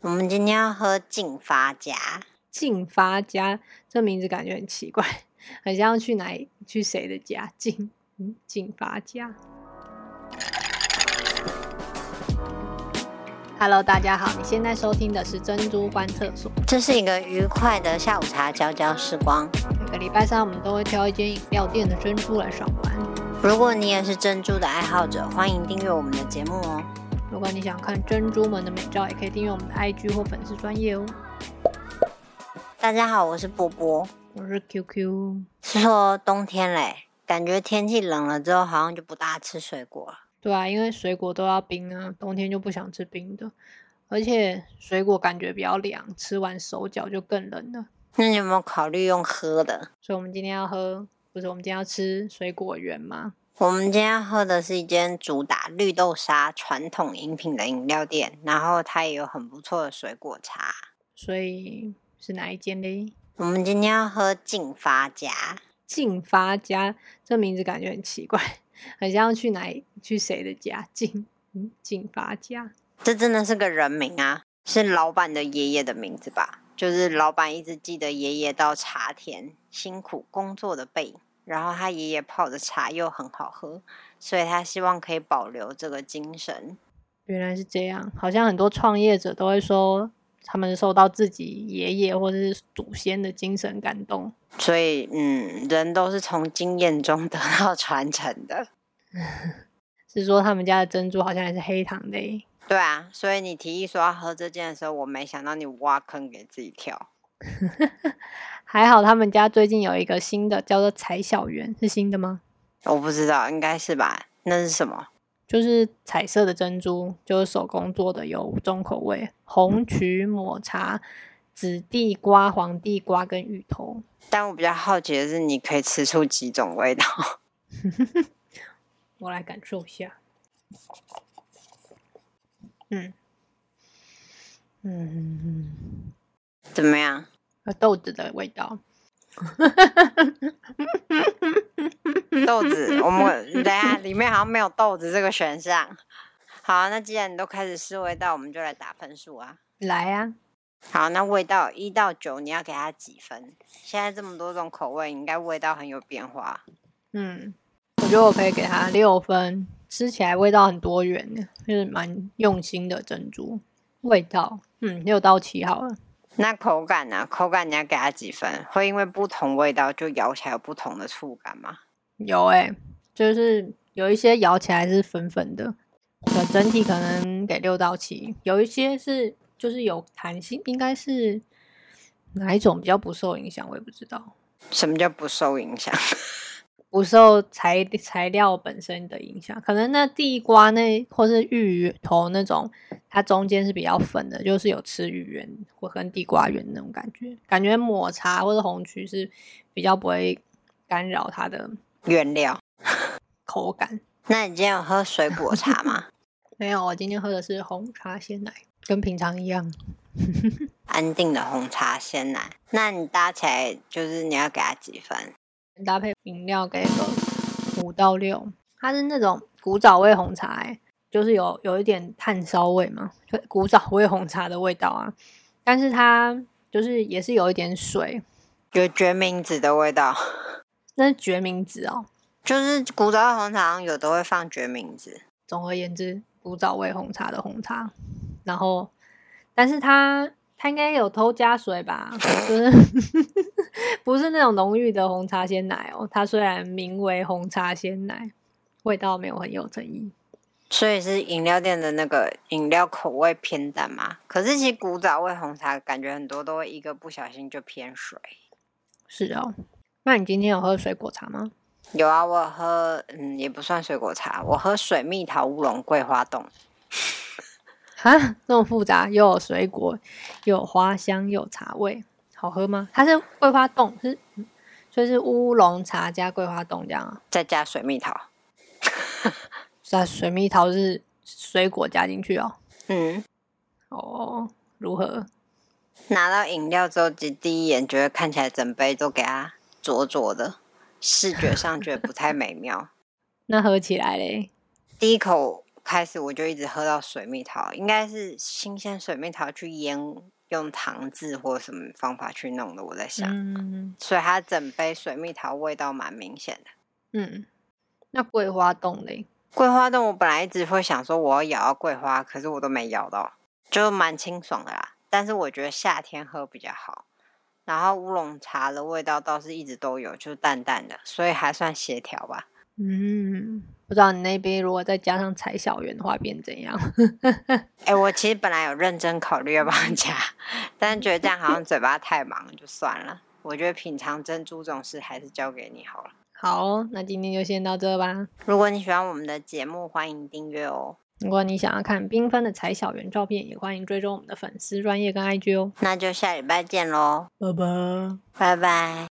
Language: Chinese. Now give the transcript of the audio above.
我们今天要喝劲发家，进发家这名字感觉很奇怪，很像要去哪里去谁的家进嗯进发家。Hello，大家好，你现在收听的是珍珠观厕所。这是一个愉快的下午茶交交时光。每个礼拜三我们都会挑一间饮料店的珍珠来爽玩。如果你也是珍珠的爱好者，欢迎订阅我们的节目哦。如果你想看珍珠们的美照，也可以订阅我们的 IG 或粉丝专业哦。大家好，我是波波。我是 QQ。是说冬天嘞，感觉天气冷了之后，好像就不大吃水果了。对啊，因为水果都要冰啊，冬天就不想吃冰的，而且水果感觉比较凉，吃完手脚就更冷了。那你有没有考虑用喝的？所以我们今天要喝，不是我们今天要吃水果园吗？我们今天要喝的是一间主打绿豆沙传统饮品的饮料店，然后它也有很不错的水果茶。所以是哪一间嘞？我们今天要喝劲发家，进发家这名字感觉很奇怪，很像要去哪里去谁的家？进嗯，进发家。这真的是个人名啊，是老板的爷爷的名字吧？就是老板一直记得爷爷到茶田辛苦工作的背影，然后他爷爷泡的茶又很好喝，所以他希望可以保留这个精神。原来是这样，好像很多创业者都会说，他们受到自己爷爷或者是祖先的精神感动。所以，嗯，人都是从经验中得到传承的。是说他们家的珍珠好像也是黑糖的欸耶，对啊，所以你提议说要喝这件的时候，我没想到你挖坑给自己跳。还好他们家最近有一个新的叫做采小园，是新的吗？我不知道，应该是吧？那是什么？就是彩色的珍珠，就是手工做的，有五种口味：红曲抹茶、紫地瓜、黄地瓜跟芋头。但我比较好奇的是，你可以吃出几种味道？我来感受一下。嗯，嗯，怎么样？有豆子的味道。 豆子，我们等一下里面好像没有豆子这个选项。好，那既然你都开始试味道，我们就来打分数啊。来啊，好，那味道一到九，你要给它几分？现在这么多种口味，应该味道很有变化。嗯，我觉得我可以给它六分，吃起来味道很多元的，就是蛮用心的珍珠味道。嗯，六到七好了。那口感呢、口感你要给它几分？会因为不同味道就咬起来有不同的触感吗？有诶、就是有一些咬起来是粉粉的，可整体可能给六到七，有一些是就是有弹性，应该是哪一种比较不受影响，我也不知道，什么叫不受影响？不受材材料本身的影响，可能那地瓜那或是芋头那种，它中间是比较粉的，就是有吃芋圆或跟地瓜圆那种感觉，感觉抹茶或者红曲是比较不会干扰它的原料？口感。那你今天有喝水果茶吗？没有，我今天喝的是红茶鲜奶，跟平常一样。安定的红茶鲜奶。那你搭起来就是你要给它几分？搭配饮料给个五到六，它是那种古早味红茶、欸，就是有有一点炭烧味嘛，就古早味红茶的味道啊。但是它就是也是有一点水，有决明子的味道，那是决明子哦。就是古早味红茶好像有都会放决明子。总而言之，古早味红茶的红茶。然后，但是它它应该有偷加水吧？就是 不是那种浓郁的红茶鲜奶哦。它虽然名为红茶鲜奶，味道没有很有诚意。所以是饮料店的那个饮料口味偏淡嘛？可是其实古早味红茶感觉很多都会一个不小心就偏水。是哦，那你今天有喝水果茶吗？有啊，我有喝嗯也不算水果茶，我喝水蜜桃乌龙桂花冻。 哈， 这么复杂，又有水果，又有花香，又有茶味，好喝吗？它是桂花冻，是所以是乌龙茶加桂花冻这样啊？再加水蜜桃，那水蜜桃是水果加进去哦。嗯，哦，如何？拿到饮料之后，第第一眼觉得看起来整杯都给它浊浊的，视觉上觉得不太美妙。那喝起来嘞？第一口开始我就一直喝到水蜜桃，应该是新鲜水蜜桃去腌，用糖渍或什么方法去弄的，我在想。嗯所以它整杯水蜜桃味道蛮明显的。嗯，那桂花冻嘞？桂花冻我本来一直会想说我要咬到桂花，可是我都没咬到，就蛮清爽的啦。但是我觉得夏天喝比较好。然后乌龙茶的味道倒是一直都有，就是淡淡的，所以还算协调吧。嗯，不知道你那边如果再加上柴小圆的话，变怎样？ 哎、我其实本来有认真考虑要不要加，但是觉得这样好像嘴巴太忙了，就算了。我觉得品尝珍珠这种事还是交给你好了。好，哦那今天就先到这吧。如果你喜欢我们的节目，欢迎订阅哦。如果你想要看缤纷的柴小圆照片，也欢迎追踪我们的粉丝专业跟 IG 哦。那就下礼拜见喽，拜拜。拜拜。